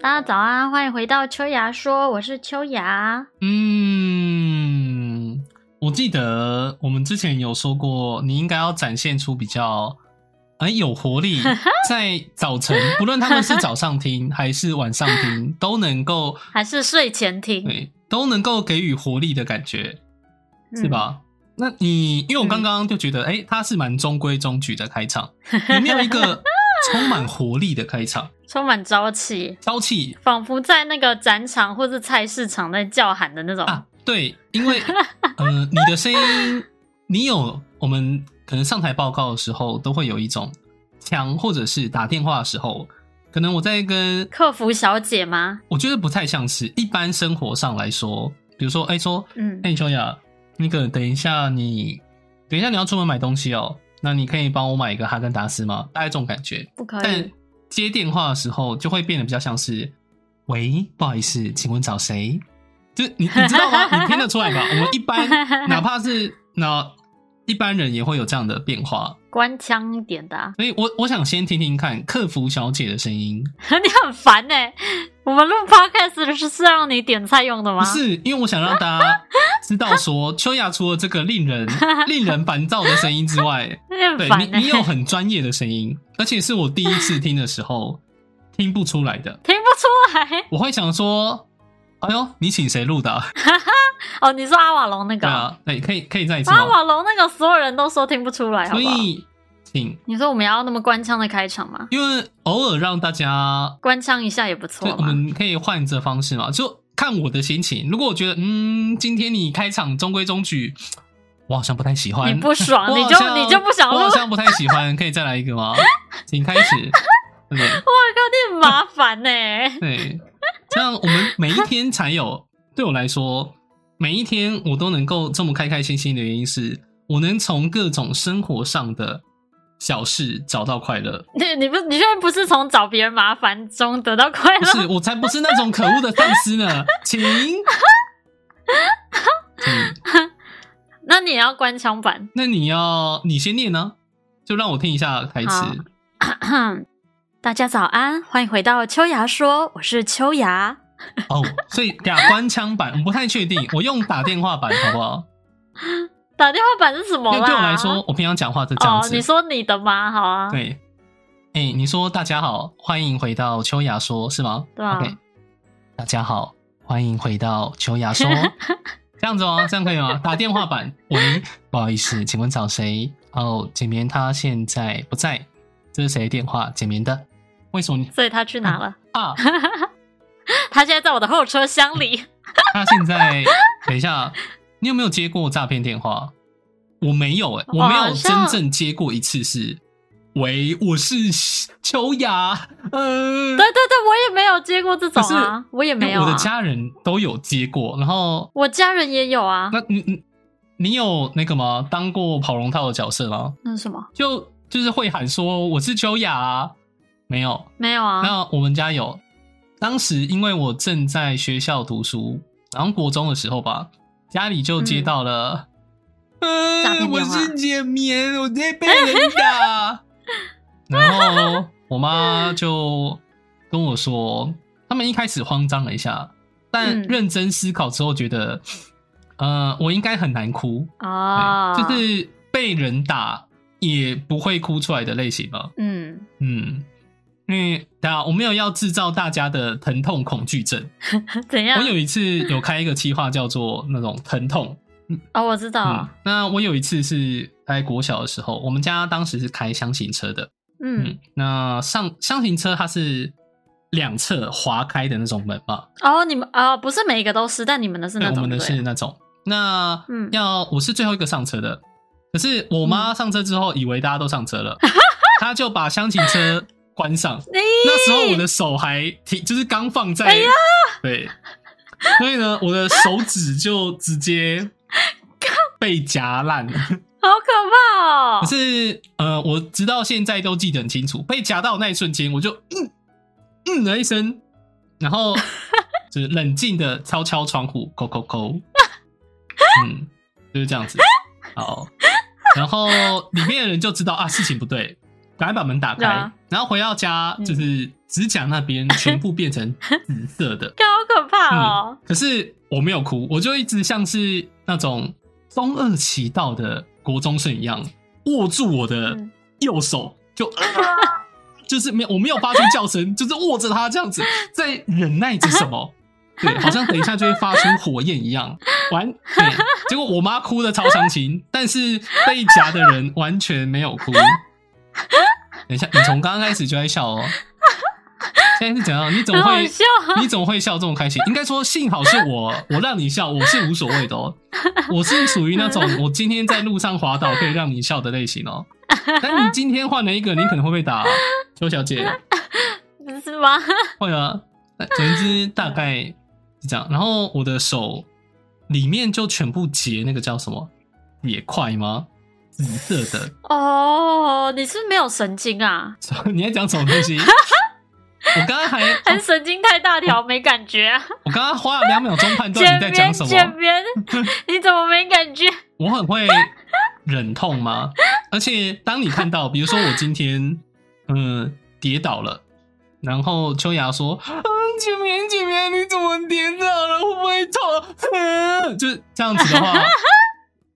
大家早安，欢迎回到秋芽说，我是秋芽。嗯，我记得我们之前有说过，你应该要展现出比较哎有活力，在早晨，不论他们是早上听还是晚上听，都能够还是睡前听，对都能够给予活力的感觉，嗯是？吧？那你因为我刚刚就觉得，哎、它是蛮中规中矩的开场，有没有一个充满活力的开场？嗯充满朝气，朝气仿佛在那个展场或是菜市场在叫喊的那种。啊，对，因为呃，你的声音，你有我们可能上台报告的时候都会有一种腔，或者是打电话的时候，可能我在跟，客服小姐吗？我觉得不太像是一般生活上来说，比如说，哎、说，嗯哎、秋雅，那个等一下你，等一下你要出门买东西哦，那你可以帮我买一个哈根达斯吗？大概这种感觉，不可但以。接电话的时候就会变得比较像是“喂，不好意思，请问找谁？”就你你知道吗？你听得出来吧？我们一般哪怕是那一般人也会有这样的变化，官腔一点的啊、 所以我我想先听听看客服小姐的声音，你很烦哎、我们录 podcast 是是让你点菜用的吗不？是因为我想让大家知道说，秋雅除了这个令人令人烦躁的声音之外，你很对烦你哎、你有很专业的声音，而且是我第一次听的时候听不出来的。 听不出来我会想说，哎呦，你请谁录的、啊？哦。你说阿瓦隆那对个哦，啊，对，可以可以再一次阿吗？瓦隆那个所有人都说听不出来，好所不好？以请，你说我们要那么官腔的开场吗？因为偶尔让大家，官腔一下也不对，错我嘛。们可以换着方式嘛，就看我的心情。如果我觉得，嗯，今天你开场中规中矩，我好像不太喜欢，你不爽，我你好就像你就不想录，我我好靠，像不太喜欢，可以再来一个吗？请 开始，对不对？你很麻烦呢、 对，这样我们每一天才有。对我来说，每一天我都能够这么开开心心的原因是，我能从各种生活上的小事找到快乐。你你不你居然不是从找别人麻烦中得到快不乐？是，我才不是那种可恶的上司呢，请。请 那你也要官腔版。 那你要你先念呢、就让我听一下台好词。大家早安，欢迎回到秋芽说，我是秋芽。哦，所以打官腔版，我不太确定，我用打电话版好不好？打电话版是什么因为啦？对我来说，我平常讲话是这样哦子。，你说你的吗？好啊，对，哎、你说大家好，欢迎回到秋雅说，是吗？对啊 OK，大家好，欢迎回到秋 雅说，这样子哦，这样可以吗？打电话版，喂，不好意思，请问找谁？哦，简棉他现在不在，这是谁的电话？简棉的，为什么你所以他去哪了？ 啊？ 他现在在我的后车厢 里。他现在等一下，你有没有接过诈骗电话？我没有哎、我没哇有像真正接过一次是。喂，我是秋雅，呃，对对对，我也没有接过这种可啊，我也没有、因为啊。我的家人都有接过。然后，我家人也有啊。那你你你有那个吗？当过跑龙套的角色吗？那是什么？就就是会喊说我是秋雅、啊，没有。没有啊。那我们家有。当时因为我正在学校读书，然后国中的时候吧，家里就接到了，嗯，诈骗我电话是简棉，我在被人打。然后我妈就跟我说，他们一开始慌张了一下，但嗯认真思考之后觉得，呃，我应该很难哭，对啊，就是被人打也不会哭出来的类型吧。嗯，嗯，因为大家我没有要制造大家的疼痛恐惧症。 怎样我？有一次有开一个企划叫做那种疼痛，哦，我知道嗯，，那我有一次是在国小的时候，我们家当时是开箱型车的，嗯，嗯，那上箱型车它是两侧划开的那种门嘛，哦，你们啊，不是每一个都是，但你们的是那对，种，哎我们的对不对是那种，那嗯要我是最后一个上车的，可是我妈上车之后以为大家都上车了， 她就把箱型车关上，你那时候我的手还挺，就是刚放在，哎呀对，所以呢，我的手指就直 接被夹烂了。好可怕哦可！是呃，我直到现在都记得很清楚，被夹到的那一瞬间，我就嗯嗯了一声，然后就是冷静的敲敲窗户，扣扣扣， 嗯，就是这样子。好，然后里面的人就知道啊，事情不对，赶快把门打开，对啊然后回到家嗯就是指甲那边全部变成紫色的。好可怕哦！嗯可是我没有哭，我就一直像是那种中二奇道的国中生一样，握住我的嗯右手就。 啊就是没有，我没有发出叫声，就是握着它这 样子，在忍耐着什么，对，好像等一下就会发出火焰一样。完， 对，结果我妈哭的超伤心，但是被夹的人完全没有 哭。等一下，你从刚刚开始就在笑哦，现在是怎样？你怎么很好嗯会笑啊！ 你怎么会笑这么开心？应该说，幸好是我，我让你笑，我是无所谓的哦。我是属于那种我今天在路上滑倒可以让你笑的类型哦。但你今天换了一个，你可能会被打、邱小姐。是吗？ 会啊，那总之大概是这样。然后我的手里面就全部结那个叫什么野块吗？紫色的， 哦，你是不是没有神经啊？你在讲什么东西？我刚刚还，还是神经太大条没感觉啊？我刚刚花了两秒钟判断简你在边讲什么简。边， 你怎么没感觉？ 我很会忍痛吗？ 而且当你看到，比如说我今天嗯、呃跌倒了，然后秋雅说：“啊，姐妹姐妹，你怎么跌倒了？会不会痛？” 嗯，就是这样子的话，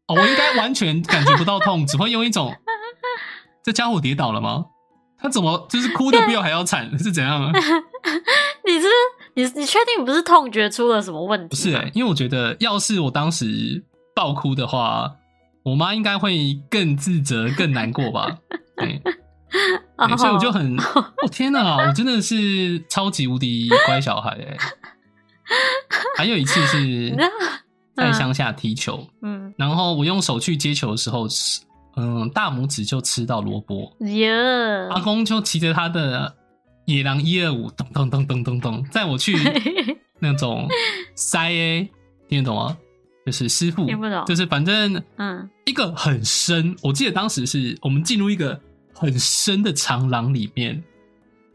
哦，我应该完全感觉不到痛，只会用一种 “这家伙跌倒了吗？他怎么就是哭的比我还要惨？是怎样啊？”你是你你确定不是痛觉出了什么问不题？是、欸，因为我觉得要是我当时爆哭的话，我妈应该会更自责、更难过吧。对，哦对所以我 就很，我、天哪，我真的是超级无敌乖小孩哎、还有一次是 在乡下踢球，嗯，然后我用手去接球的时候，嗯，大拇指就吃到萝卜，耶、嗯阿公就骑着他的野狼一二五，咚咚咚咚咚咚，载我去 那种塞 A，听得懂吗？就是师傅，听不懂就是反正 嗯，一个很深，我记得当时是我们进入一个很深的长廊里面，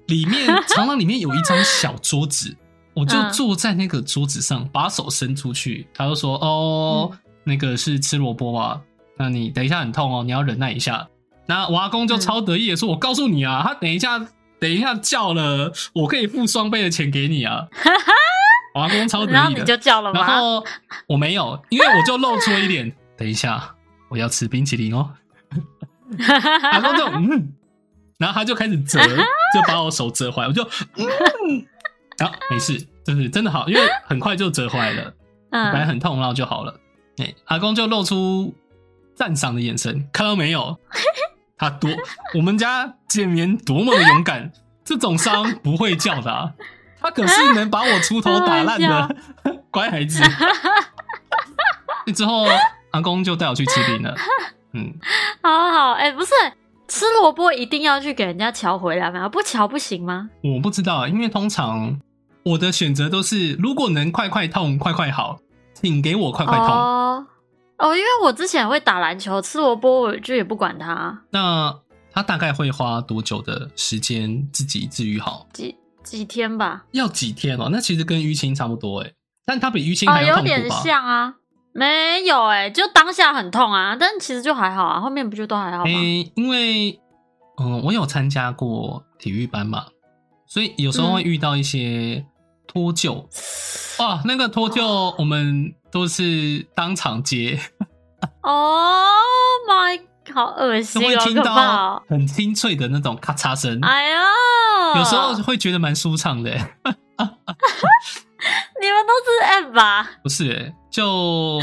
里面长廊里面有一张小桌 子，我就嗯坐在那个桌子上，把手伸出去，他就说：“哦，嗯那个是吃萝卜啊，那你等一下很痛哦，你要忍耐一下。”那我阿公就超得意的说：“我告诉你啊，他等一下等一下叫了，我可以付双倍的钱给你啊。” 我阿公超得意的，然后你就叫了然吗？后我没有，因为我就露出了一脸， 等一下我要吃冰淇 淋哦。然后就嗯，然后他就开始折，就把我手折坏，我就嗯，然后没事，就是真的好，因为很快就折坏了，本来嗯，很痛，然后就好了。哎、阿公就露出赞赏的眼神，看到没有？他多，我们家简棉多么的勇敢，这种伤不会叫的、啊，他可是能把我锄头打烂的乖孩子。之后，阿公就带我去吃饼了。嗯，好好，哎、不是吃萝卜一定要去给人家瞧回来吗？不瞧不行吗？我不知道，啊因为通常我的选择都是，如果能快快痛，快快好，请给我快快痛。哦哦，因为我之前会打篮球，吃萝卜我就也不管它，那他大概会花多久的时间自己治愈好？几几天吧，要几天哦？那其实跟淤青差不多哎，但它比淤青哦，还要有痛点苦吧？像啊。没有哎、就当下很痛啊，但其实就还好啊，后面不就都还好吗？诶因为嗯，我有参加过体育班嘛，所以有时嗯候会遇到一些脱臼。哇，那个脱臼我们都是当场接，哦、my，好恶就心会哦，好听可怕到哦！很清脆的那种咔嚓声，哎呀，有时候会觉得蛮舒畅的欸。你们都是 M 吧，不是欸， 就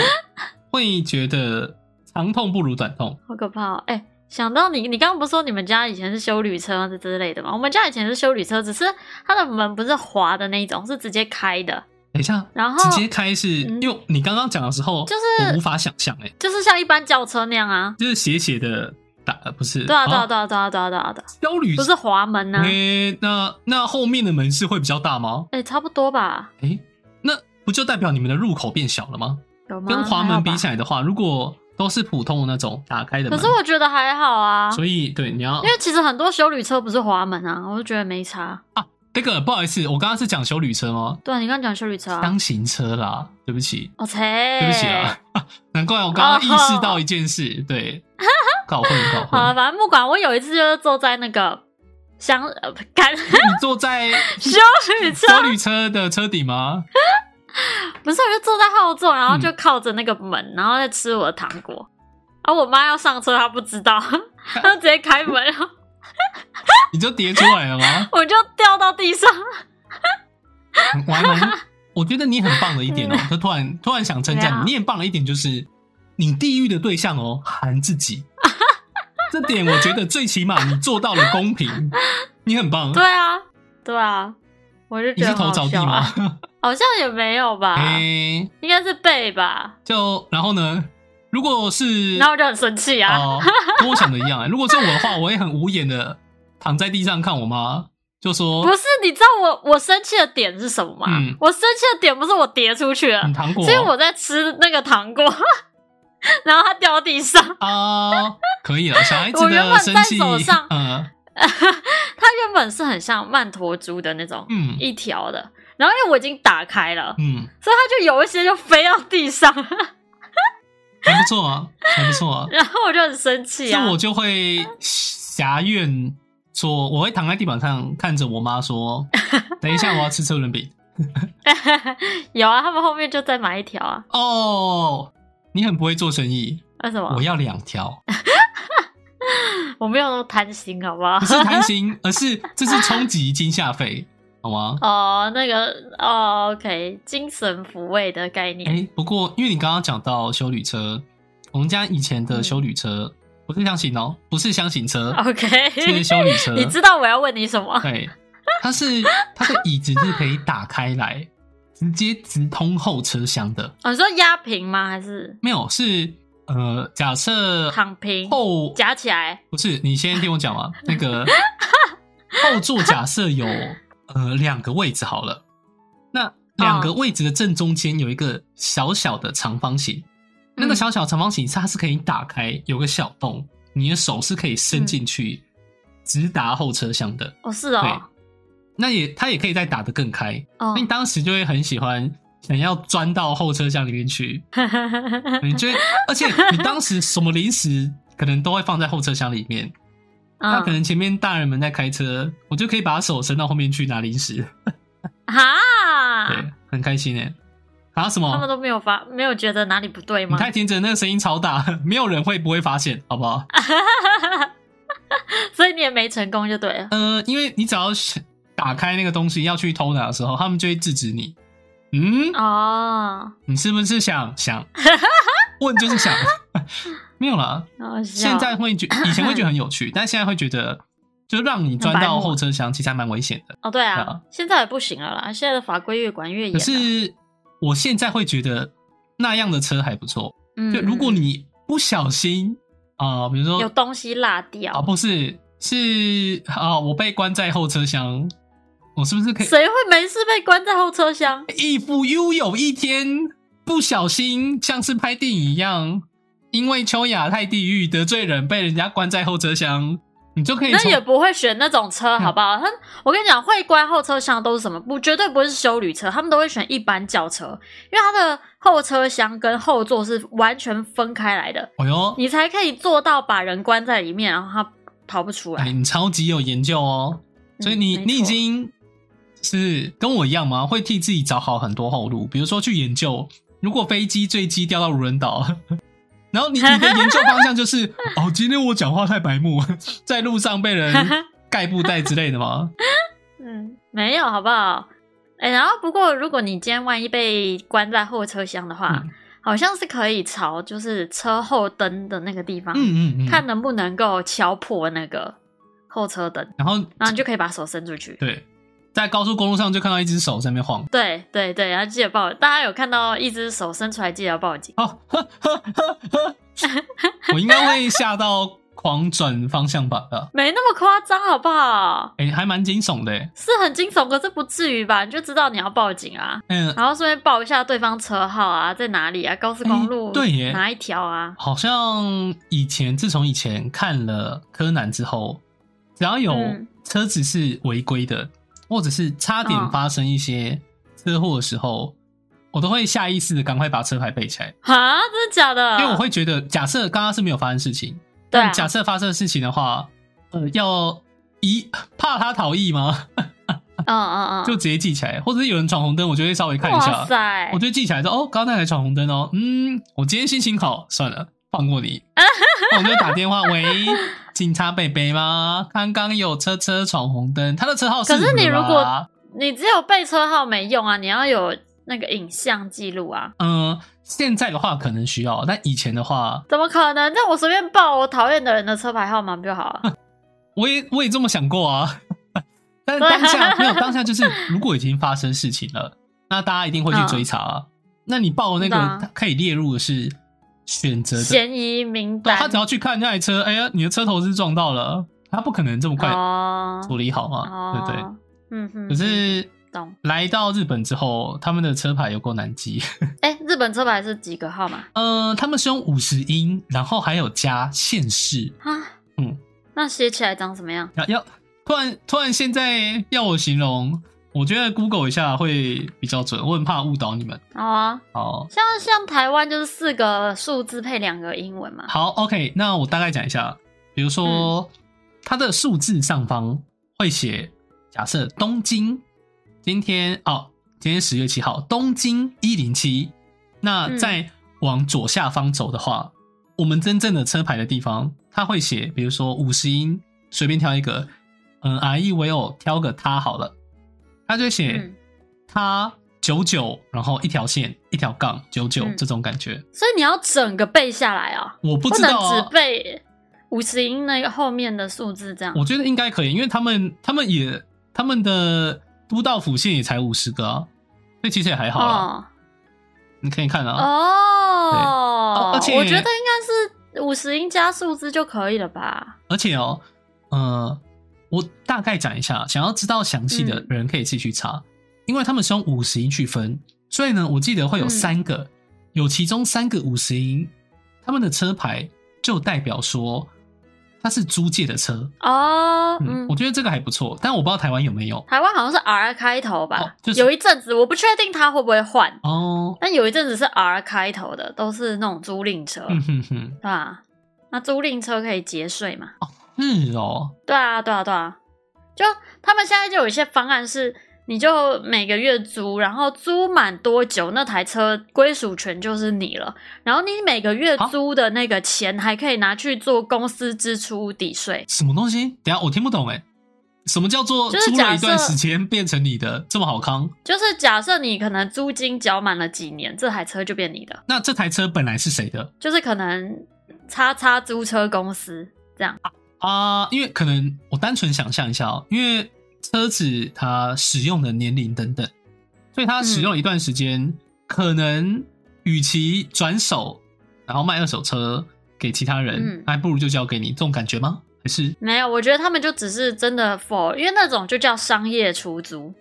会觉得长痛不如短痛。好可怕、哦！哎、想到你，你刚刚不是说你们家以前是修旅车这之类的吗？我们家以前是修旅车，只是它的门不是滑的那一种，是直接开的，等一下，然后直接开是，嗯因为你刚刚讲的时候，就是我无法想象哎，就是像一般轿车那样啊。就是斜斜的打，呃不是？对啊，对啊，对啊，对啊，对啊，对啊，对啊焦虑不是滑门呐、啊。哎、诶那那后面的门是会比较大吗？差不多吧？哎、那不就代表你们的入口变小了吗？有吗？跟滑门比起来，来的话，如果都是普通的那种打开的可门，是我觉得还好啊，所以对你要因为其实很多修旅车不是滑门啊，我就觉得没差。那个不好意思，我刚刚是讲修旅车吗？对啊，你刚刚讲修旅车啊哦当。行车啦，对不起，啊我操！对对 不起啊，难怪我刚刚意识到一件事，对， 搞混搞哦好了，混。反正不管，我有一次就是坐在那个香呃不干 你坐在修旅车，修旅车的车底吗？不是，我就坐在后座，然后嗯就靠着那个门，然后在吃我的糖果。啊，我妈要上车，她不知道， 她就直接开门， 然后你就叠出来 了吗？我就掉到地上。啊我还蛮，我觉得你很棒的一点哦、嗯就突然突然想称怎赞样你，你很棒的一点就是你地狱的对象哦、含 自己，这点我觉得最起码你做到了公平，你很棒。对啊，对啊，我就觉你是得很头好着地笑啊吗？？哎好啊像也没有吧， 诶、应该是背吧。就然后呢？如果是然后我就很生气啊，嗯哦，跟我想的一 样、欸。如果是我的话，我也很无言的躺在地上看我妈，就说不是，你知道我我生气的点是什么吗？嗯我生气的点不是我跌出去了，你嗯糖果，所以我在吃那个糖果， 然后它掉地上， 啊、可以了。小孩子我原的本生在气手上，嗯它原本是很像曼陀珠的那种、嗯一条的，然后因为我已经打开了，嗯，所以它就有一些就飞到地上，还不错啊，还不错 啊。然后我就很生气啊这，我就会狭怨说，我会躺在地板上看着我妈 说，等一下我要吃车轮饼。有啊，他们后面就再买一条啊，哦，你很不会做生意，为什么？我要两条。我没有那么贪心，好不好不？是贪心，而是这是冲击惊吓费，好吗？哦，那个哦，OK，精神抚慰的概哎、念，不过因为你刚刚讲到修旅车，我们家以前嗯的修旅车、不是箱型哦，不是箱型车， OK，是修旅车。 你知道我要问你什么？对，它是它的椅子是可以打开来，直接直通后车厢的。哦、你说压平吗？还是没有，是呃，哦假设躺平后夹起来？不是，你先听我讲嘛。那个后座假设有呃两个位置好了，那哦两个位置的正中间有一个小小的长方形，那个嗯小小长方形它是可以打开，有个小洞，你的手是可以嗯伸进去，直达后车厢的。哦，是哦，那也它也可以再打得更开，哦那你，当时就会很喜欢，想要钻到后车厢里 面去，嗯你就会，而且你当时什么零食可能都会放在后车厢里面。那可嗯能前面大人们在开车，我就可以把手伸到后面去拿零食，哈，对，很开心哎。啊什啊他们么？都没有发，没有觉得哪里不对你吗？太天真，那个声音超大， 没有人会不会发现，好不好？所以你也没成功就对了。呃，因为你只要打开那个东西要去偷拿的时候，他们就会制止你。嗯， 哦，你是不是想想问就是想， 没有 啦。好笑现在会觉，以前会觉得很有趣，但现在会觉得，就让你钻很白到目后车厢，其实还蛮危险的。哦，对对啊啊，现在也不行了啦，现在的法规越管越严啊可了。是我现在会觉得那样的车还不错。嗯，就如果嗯你不小心啊、比如嗯说有东西落掉啊，，不是是啊、我被关在后车厢，我是不是可以谁会没事被关在后车厢？一夫悠有一天不小心像是拍电影一样，因为秋雅太地狱得罪人，被人家关在后车厢，你就可以那从嗯也不会选那种车，好不好？他我跟你讲，会关后车厢都是什么？不，绝对不会是修旅车，他们都会选一般轿车，因为它的后车厢跟后座是完全分开来的，哦哟，你才可以做到把人关在里面，然后他跑不出哎，来。你超级有研究哦。所以你、嗯没你已错经是跟我一样吗？会替自己找好很多后路，比如说去研究，如果飞机坠机掉到无人岛， 然后你你的研究方向就是 哦，今天我讲话太白目， 在路上被人盖布袋之类的 吗？嗯，没有，好不好？哎、然后不过，如果你今天万一被关在后车厢的话，嗯好像是可以朝就是车后灯的那个地方，嗯嗯嗯。看能不能够敲破那个后车灯，然后然后你就可以把手伸出去。对，在高速公路上就看到一只手在那边晃。对对对，然后记得报，大家有看到一只手伸出来，记得要报警。哦， 我应该会吓到狂转方向盘的，没那么夸张，好不好？哎、还蛮惊悚的欸。是很惊悚，可是不至于吧？你就知道你要报警啊，嗯，然后顺便报一下对方车号啊，在哪里啊，高速公路、哎对耶哪一条啊？好像以前自从以前看了柯南之后，只要有嗯车子是违规的，或者是差点发生一些车祸的时候，我都会下意识的赶快把车牌背起来，啊，真的假的？因为我会觉得，假设刚刚是没有发生事情，对啊但假设发生的事情的话，呃，要一怕他逃逸吗？嗯嗯嗯，就直接记起来，或者是有人闯红灯，我就会稍微看一哇下，塞我，就记起来说，哦，刚刚那台闯红灯哦，嗯，我今天心情好，算了，放 过你。那我就打电话，喂，警察北北吗？刚刚有车车闯红灯，他的车号可是你什么如果啊你只有背车号没用啊，你要有那个影像记录啊。嗯，现在的话可能需要，但以前的话，怎么可能？那我随便报我讨厌的人的车牌号码不就好啊了？我也我也这么想过啊。 但是当下没有，当下就是如果已经发生事情了，那大家一定会去追查、啊。那你报的那真嗯的个啊可以列入的是选择的嫌疑名对，单他只要去看那台车，哎呀，你的车头是撞到了，他不可能这么快哦处理好嘛，对哦，不对？嗯哼。可是懂来到日本之后，他们的车牌有够难记，哎、日本车牌是几个号码呃，他们是用五十音，然后还有加县市，啊？嗯，那写起来长什么样？要要突然突然现在要我形容，我觉得 Google 一下会比较准，我很怕误导你们。好啊，好，像像台湾就是四个数字配两个英文嘛。好，OK，那我大概讲一下，比如说、嗯它的数字上方会写，假设东京今天哦，今天十月七号，东京一零七，那嗯再往左下方走的话，我们真正的车牌的地方，它会写，比如说五十音，随便挑一个，嗯，R E V O 挑个它好了，它就会写嗯，它九九，然后一条线一条杠九九嗯这种感觉，所以你要整个背下来哦，我不不知道、啊、能只背五十音那个后面的数字这样。我觉得应该可以，因为他们他们也他们的都道府县也才五十个、啊，所以其实也还好啦。哦你可以看啊，哦，而且我觉得应该是五十音加数字就可以了吧？而且哦，呃，我大概讲一下，想要知道详细的嗯人可以自己去查，因为他们是用五十音去分，所以呢，我记得会有嗯三个，有其中三个五十音，他们的车牌就代表说它是租借的车。哦，嗯，嗯我，觉得这个还不错，但我不知道台湾有没有台湾好像是 R 开头哦吧？就是有一阵子我不确定它会不会换，哦。但有一阵子是 R 开头的，都是那种租赁车，嗯哼哼，对吧？那租赁车可以节税嘛？是哦，对啊，对啊，对啊，就他们现在就有一些方案是，你就每个月租，然后租满多久，那台车归属权就是你了。然后你每个月啊租的那个钱，还可以拿去做公司支出抵税。什么东西？等一下我听不懂哎，什么叫做就是租了一假段设时间变成你的这么好康？就是假设你可能租金缴满了几年，这台车就变你的，那这台车本来是谁的就是可能叉叉租车公司这样。啊？因为可能我单纯想象一下哦，因为车子它使用的年龄等等，所以它使用了一段时间，可能与其转手然后卖二手车给其他人，嗯还不如就交给你，这种感觉吗？还是没有，我觉得他们就只是真的 for，因为那种就叫商业出租，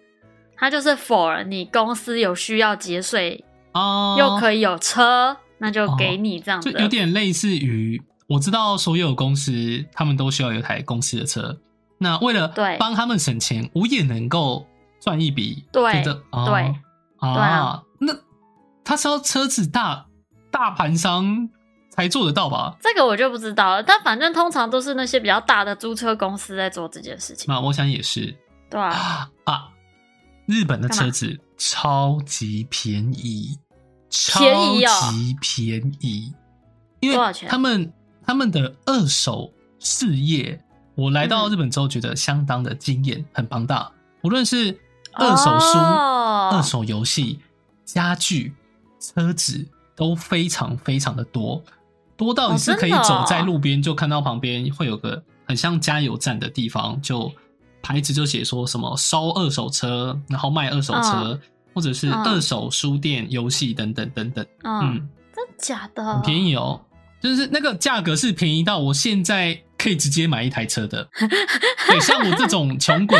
它就是 for 你公司有需要节税，啊？又可以有车，那就给你这样哦啊就子。有点类似于我知道所有公司他们都需要有一台公司的车，那为了对帮他们省钱，我也能够赚一笔，对觉得哦对啊对啊那他是要车子大大盘商才做得到吧？这个我就不知道了，但反正通常都是那些比较大的租车公司在做这件事情，那我想也是对啊，啊日本的干嘛车子超级便宜，便宜哦超级便宜，因多少为钱他们他们的二手事业，我来到嗯日本之后觉得相当的惊艳，很庞大。无论是 二手书、哦二手游戏、家具、车子，都非常非常的多，多到你哦是可以真的哦走在路边就看到旁边会有个很像加油站的地方，就牌子就写说什么收二手车，然后卖二手车，或者是嗯二手书店、游戏等等等等，嗯，嗯，真假的，很便宜，宜哦。就是那个价格是便宜到我现在可以直接买一台车的，对，像我这种穷鬼，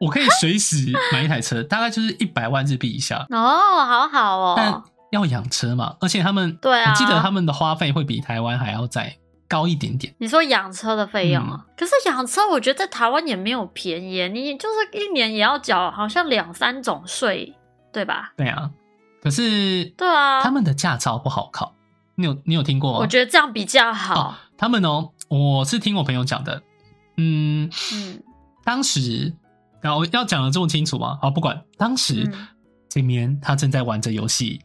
我可以随时买一台车，大概就是一百万日币以下。哦，好好但哦，要养车嘛，而且他们，对啊我记得他们的花费会比台湾还要再高一点点。你说养车的费用嗯啊？可是养车，我觉得在台湾也没有便宜耶，你就是一年也要缴好像两三种税，对吧？对啊，可是对啊，他们的驾照不好考，你有你有听过吗？我觉得这样比较好。哦，他们哦，我是听我朋友讲的，嗯，嗯当时，然后要讲的这么清楚吗？好，不管，当时、嗯这边他正在玩着游戏，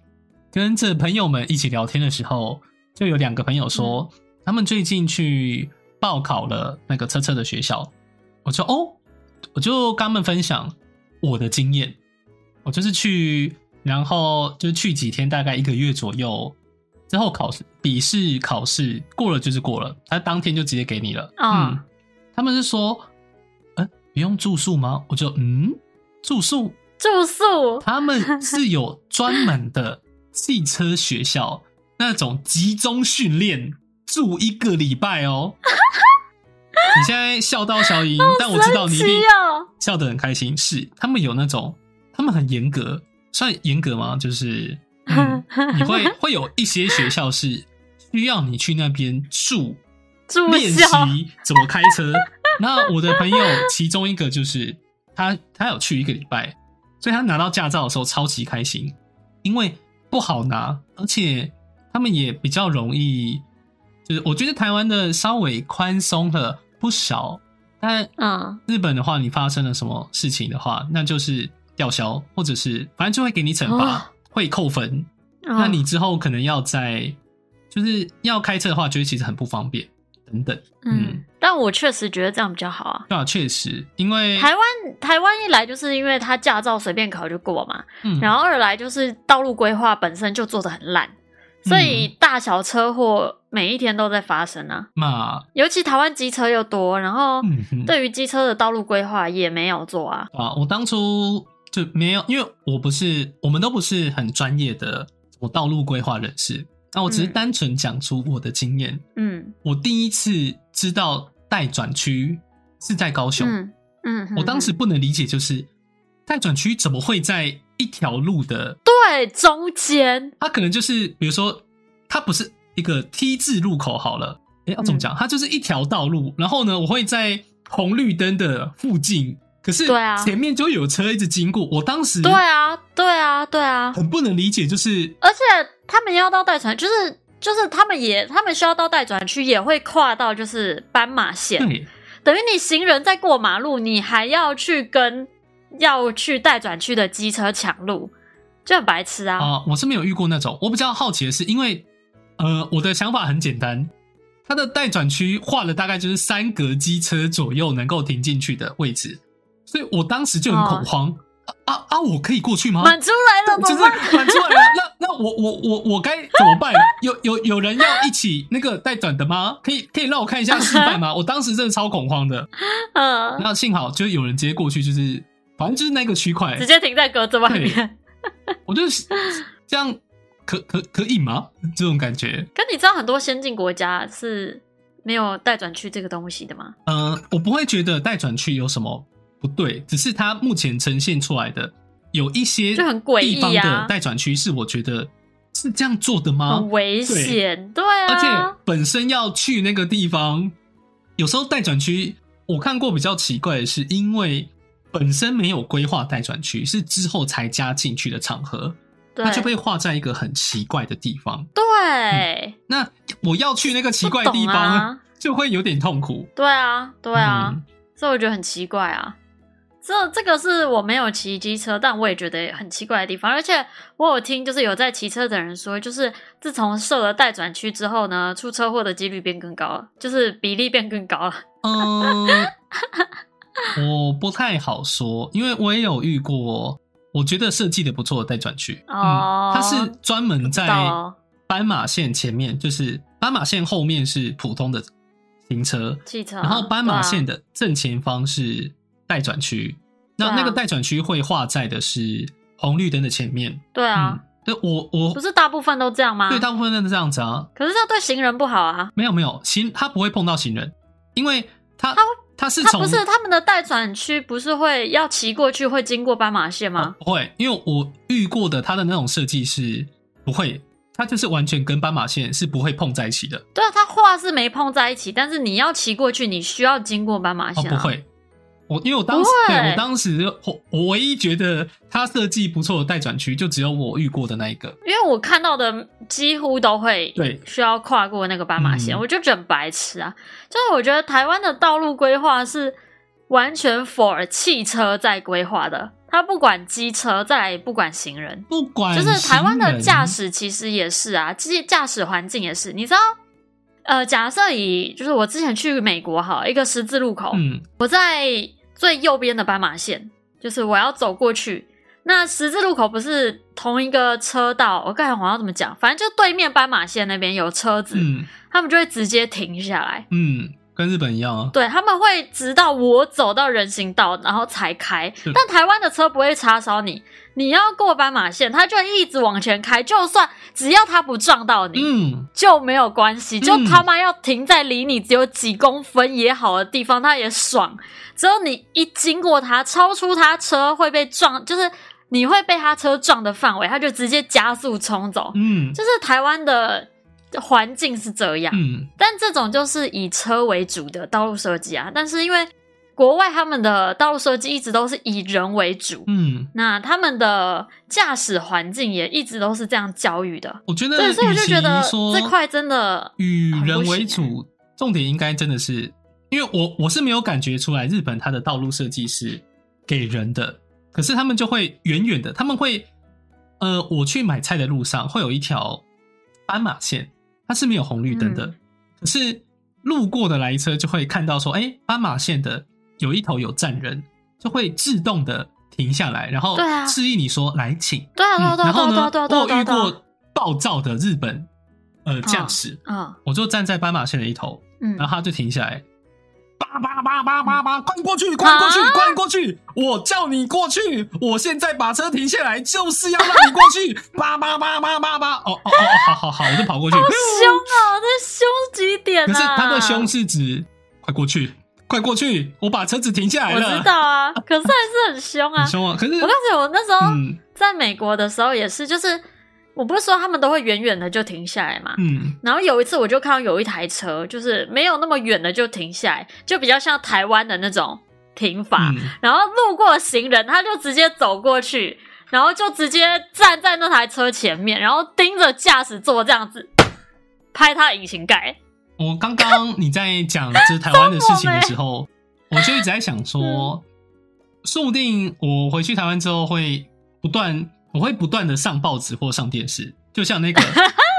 跟着朋友们一起聊天的时候，就有两个朋友说，他们最近去报考了那个车车的学校。我说哦，我就跟他们分享我的经验，我就是去，然后就去几天，大概一个月左右。之后考试、笔试、考试过了就是过了，他当天就直接给你了。啊嗯，他们是说，嗯、不用住宿吗？我就嗯，住宿住 宿他们是有专门的汽车学校，那种集中训练，住一个礼拜 哦。你现在笑到小莹，但我知道你一定神奇哦笑得很开心。是他们有那种，他们很严格，算严格吗？就是、嗯、你会会有一些学校是需要你去那边住住练校，习怎么开车。 那我的朋友其中一个就是他，他有去一个礼拜，所以他拿到驾照的时候超级开心，因为不好拿，而且他们也比较容易，就是我觉得台湾的稍微宽松了不少，但嗯日本的话，你发生了什么事情的话，那就是吊销，或者是反正就会给你惩罚，会扣分。嗯，那你之后可能要在，就是要开车的话，觉得其实很不方便，等等。嗯嗯，但我确实觉得这样比较好啊。对啊，确实，因为台湾台湾一来就是因为它驾照随便考就过嘛，嗯，然后二来就是道路规划本身就做的很烂，所以嗯大小车祸每一天都在发生啊。嘛，尤其台湾机车又多，然后嗯哼，对于机车的道路规划也没有做啊。啊，我当初就没有，因为我不是，我们都不是很专业的我道路规划人士，那我只是嗯单纯讲出我的经验。嗯我第一次知道待转区是在高雄，嗯嗯，嗯我当时不能理解，就是待转区怎么会在一条路的对中间它可能就是比如说，它不是一个 T 字路口好了，哎、要怎么讲？它就是一条道路，然后呢，我会在红绿灯的附近，可是对啊前面就有车一直经过，我当时对啊对啊对啊，很不能理解，就是而且他们要到待转，就是就是他们也他们需要到待转区，也会跨到就是斑马线，对等于你行人在过马路，你还要去跟要去待转区的机车抢路，就很白痴啊、啊。我是没有遇过那种。我比较好奇的是，因为呃，我的想法很简单。它的待转区画了大概就是三格机车左右能够停进去的位置，所以我当时就很哦恐慌。啊啊啊！我可以过去吗？满出来了，就怎是么办？转出来了。那那我我我我该怎么办？有有有人要一起那个带转的吗？可以可以让我看一下示 范吗？我当时真的超恐慌的。嗯，那幸好就是有人直接过去，就是反正就是那个区块直，接停在格子外面。我就是这样可可可以吗？这种感觉，可你知道很多先进国家是没有待转区这个东西的吗？嗯、我不会觉得带转区有什么不对，只是它目前呈现出来的有一些就很诡异地方的啊带转区是我觉得是这样做的吗？很危险，对啊，啊而且本身要去那个地方，有时候待转区，我看过比较奇怪的是，因为本身没有规划待转区，是之后才加进去的场合，它就对被划在一个很奇怪的地方。对，那我要去那个嗯奇怪的不懂地方，啊 就会有点痛苦。对啊，对啊，嗯所以我觉得很奇怪啊。这这个是我没有骑机车，但我也觉得很奇怪的地方。而且我有听，就是有在骑车的人说，就是自从设了待转区之后呢，出车祸的几率变更高了，就是比例变更高了。嗯， 我不太好说，因为我也有遇过，我觉得设计的不错的待转区。哦嗯，它是专门在不知道哦斑马线前面，就是斑马线后面是普通的行车，汽车啊，然后斑马线对的正前方是待转区。那对啊那个待转区会画在的是红绿灯的前面。啊，对啊，嗯，对我我不是大部分都这样吗？对大部分人都这样子啊，可是这对行人不好啊。没有没有行，他不会碰到行人，因为他他他是他从不是他们的待转区，不是会要骑过去会经过斑马线吗？呃不会，因为我遇过的他的那种设计是不会，他就是完全跟斑马线是不会碰在一起的。对啊，他话是没碰在一起，但是你要骑过去，你需要经过斑马哦，线、不啊会，我因为我当时不会对我当时我我唯一觉得它设计不错的待转区，就只有我遇过的那一个。因为我看到的几乎都会对需要跨过那个斑马线，嗯我就觉得很白痴啊！就是我觉得台湾的道路规划是完全 for 汽车在规划的，它不管机车，再来也不管行人，不管就是台湾行的人驾驶其实也是啊，这些驾驶环境也是，你知道。呃，假设以就是我之前去美国好一个十字路口，嗯，我在最右边的斑马线，就是我要走过去。那十字路口不是同一个车道，我刚才好像怎么讲，反正就对面斑马线那边有车子，嗯他们就会直接停下来。嗯，跟日本一样啊。对，他们会直到我走到人行道，然后才开对。但台湾的车不会插梢你，你要过斑马线，他就一直往前开，就算只要他不撞到你，嗯，就没有关系，就嗯他妈要停在离你只有几公分也好的地方，他也爽。只有你一经过他，超出他车会被撞，就是你会被他车撞的范围，他就直接加速冲走。嗯就是台湾的环境是这样，嗯，但这种就是以车为主的道路设计啊。但是因为国外他们的道路设计一直都是以人为主，嗯，那他们的驾驶环境也一直都是这样教育的。我觉得对，所以我与就其觉得说这块真的与很不人为行欸主，重点应该真的是，因为我我是没有感觉出来日本它的道路设计是给人的，可是他们就会远远的，他们会，呃，我去买菜的路上会有一条斑马线，它是没有红绿灯的，嗯可是路过的来车就会看到说，哎、斑马线的有一头有站人，就会自动的停下来，然后对啊示意你说来请。对啊，对啊，嗯对啊，然后对呢啊，，对啊，我对啊，有对遇啊，对啊过暴躁的日本呃驾驶，嗯我就站在斑马线的一头，嗯然后他就停下来，叭叭叭叭叭叭，快过去，快过去，啊快过去！我叫你过去，我现在把车停下来，就是要让你过 去，叭叭叭叭叭叭！哦哦哦，哦好好好，我就跑过去。凶啊，这凶几点可啊？是他的凶是指快过去，快过去，我把车子停下来我了，知道 啊，可是还是很凶啊很。凶啊！可是我告诉你，我那时候嗯在美国的时候也是，就是我不是说他们都会远远的就停下来嘛，嗯然后有一次我就看到有一台车，就是没有那么远的就停下来，就比较像台湾的那种停法，嗯然后路过行人，他就直接走过去，然后就直接站在那台车前面，然后盯着驾驶座这样子拍他引擎盖。我刚刚你在讲这台湾的事情的 时候，我就一直在想说，嗯说不定我回去台湾之后会不断，我会不断的上报纸或上电视，就 像那个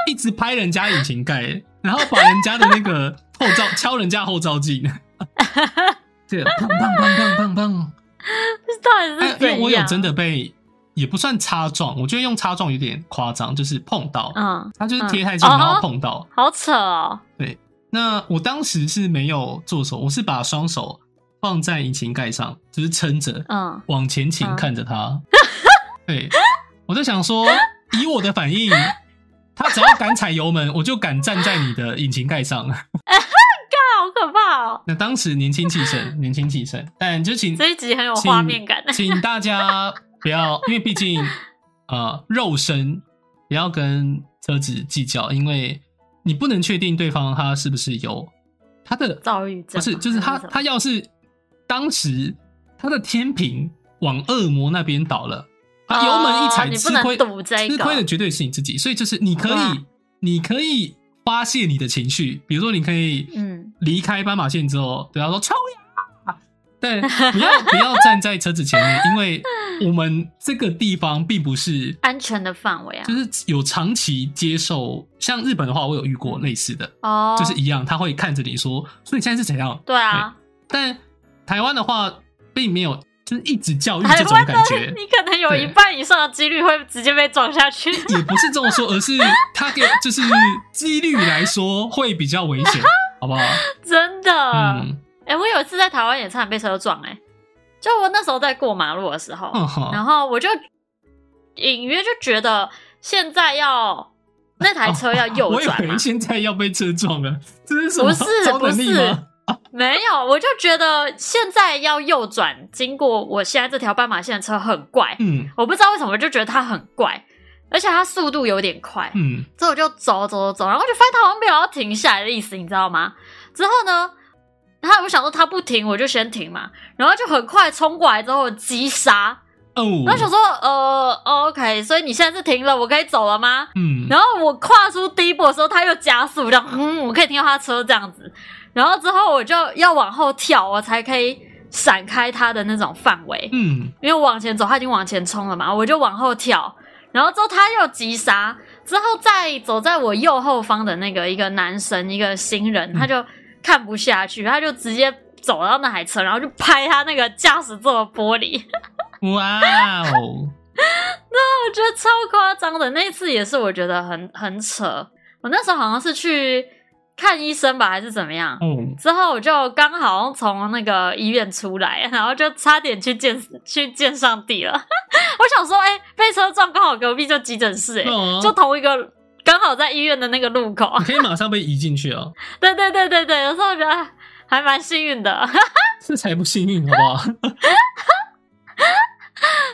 一直拍人家引擎盖，然后把人家的那 个后照敲人家后照镜，对，砰砰砰 砰砰砰。这到底哎是，因怎为样？我有真的被，也不算擦撞，我觉得用擦撞有点夸张，就是碰到，嗯，它就是贴太近，嗯然后哦碰到。好扯哦。那我当时是没有做手，我是把双手放在引擎盖上，就是撑着嗯，往前倾，嗯看着它。对，我在想说，以我的反应，他只要敢踩油门，我就敢站在你的引擎盖上。 那好可怕哦！那当时年轻气盛，年轻气盛，但 就请这一集很有画面感。 请请大家不要，因为毕竟呃肉身不要跟车子计较，因为你不能确定对方他是不是有他的躁郁症不吗是，就是他还什么他要是当时他的天平往恶魔那边倒了，他油门一踩，哦你吃不能亏赌这吃个啊亏的绝对是你自己。所以就是你可以哇，你可以发泄你的情绪，比如说你可以嗯离开斑马线之后，对他说“抽呀”， 但不要不要站在车子前面，因为我们这个地方并不 是。安全的范围啊就。是有长期接受，像日本的话，我有遇过类似的，哦，就是一样，他会看着你说，所以你现在是怎样？对啊，但台湾的话，并没有哎就是一直教育台这种湾的感觉， 你可能有对一半以上的几率会直接被撞下 去。也不是这么说，而是它 给就是几率来说会比较危 险，好不好？真的。嗯哎、我有一次在台湾也差点被车撞、欸，哎，就我那时候在过马路的时候，嗯好，然后我就隐约就觉得现在要那台车要右哦我以转嘛为，现在要被车撞了，这是什不么 是超不能力是吗？，没有，我就觉得现在要右转经过我现在这条斑马线的车很怪，嗯我不知道为什么我就觉得它很怪，而且它速度有点快，嗯之后我就走走走走，然后就发现他好像没有要停下来的意思，你知道吗？之后呢，然后我想说他不停，我就先停嘛，然后就很快冲过来之后急刹，哦，然后想说呃哦，OK，所以你现在是停了，我可以走了吗？嗯，然后我跨出第一步的时候，他又加速，这样，嗯，我可以听到他车这样子。然后之后我就要往后跳，我才可以闪开他的那种范围，嗯，因为我往前走，他已经往前冲了嘛，我就往后跳。然后之后他又急刹，之后再走在我右后方的那个一个男生，一个新人，他就看不下去，他就直接走到那台车，然后就拍他那个驾驶座的玻璃。哇哦， 我觉得超夸张的。那一次也是我觉得很很扯。我那时候好像是去看医生吧，还是怎么样？哦，之后我就刚好从那个医院出来， 然后就差点去见去见上帝了。 我想说，哎、被车撞，刚好隔壁就急诊室、哎、哦就同一个，刚好在医院的那个路口 你。可以马上被移进去哦，对对对对对，有时候我觉得还蛮幸运的， 这才不幸运，好不好？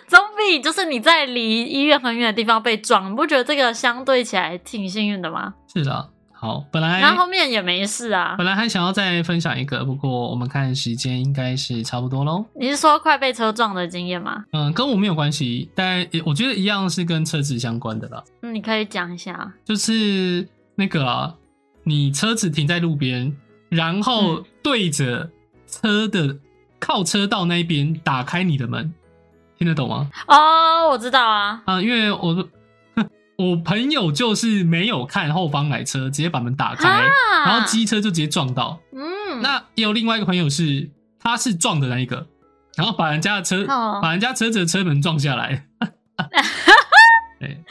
总比就是你在离医院很远的地方被撞，你不觉得这个相对起来挺幸运的吗？是的，好，本来然后后面也没事啊。本来还想要再分享一个，不过我们看时间应该是差不多喽。你是说快被车撞的经验吗？嗯，跟我没有关系，但也我觉得一样是跟车子相关的啦，嗯，你可以讲一下。就是那个啊，你车子停在路边，然后嗯对着车的靠车道那一边打开你的门，听得懂吗？哦，我知道啊。啊，因为我 我朋友就是没有看后方来车，直接把门打开，啊，然后机车就直接撞到。嗯，那也有另外一个朋友是，他是撞的那一个，然后把人家的车、哦把人家车子的车门撞下来，对，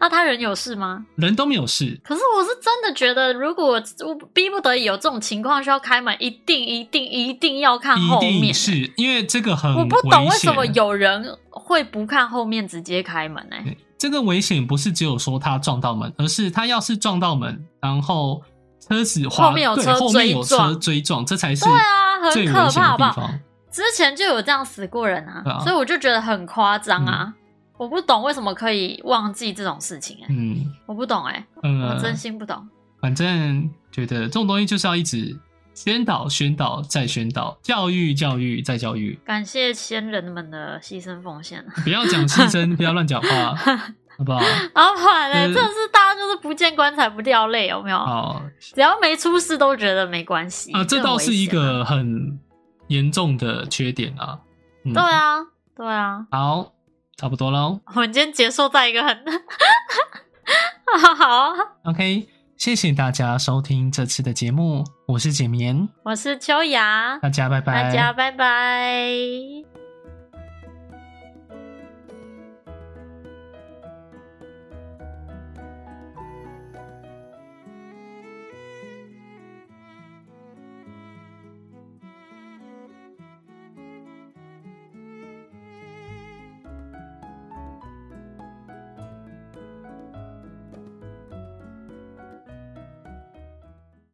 那他人有事吗？人都没有事。可是我是真的觉得，如果我逼不得已有这种情况需要开门，一定一定一定要看一啊后定面。是因为这个很我不懂为危什险么有人会不看后面直接开门呢、对这个危险不是只有说他撞到门，而是他要是撞到门，然后车子滑后面有对车后面有追车撞追撞，这才是对啊很最危可险的怕好不地好方。之前就有这样死过人啊，对啊所以我就觉得很夸张啊。我不懂为什么可以忘记这种事情哎、嗯我不懂哎、我呃，真心不懂。反正觉得这种东西就是要一直宣导、宣导再宣导，教育、教育再教育。感谢先人们的牺牲奉献 啊！不要讲牺牲，不要乱讲话，好不好？啊，不然嘞，嗯真的是大家就是不见棺材不掉泪，有没有？好只要没出事都觉得没关系啊，这倒是一。很危险啊个很严重的缺点啊。嗯对，啊，对啊，好，差不多喽。我们今天结束在一个很 好， OK，谢谢大家收听这次的节目，我是简眠，我是秋雅，大家拜拜，大家拜拜。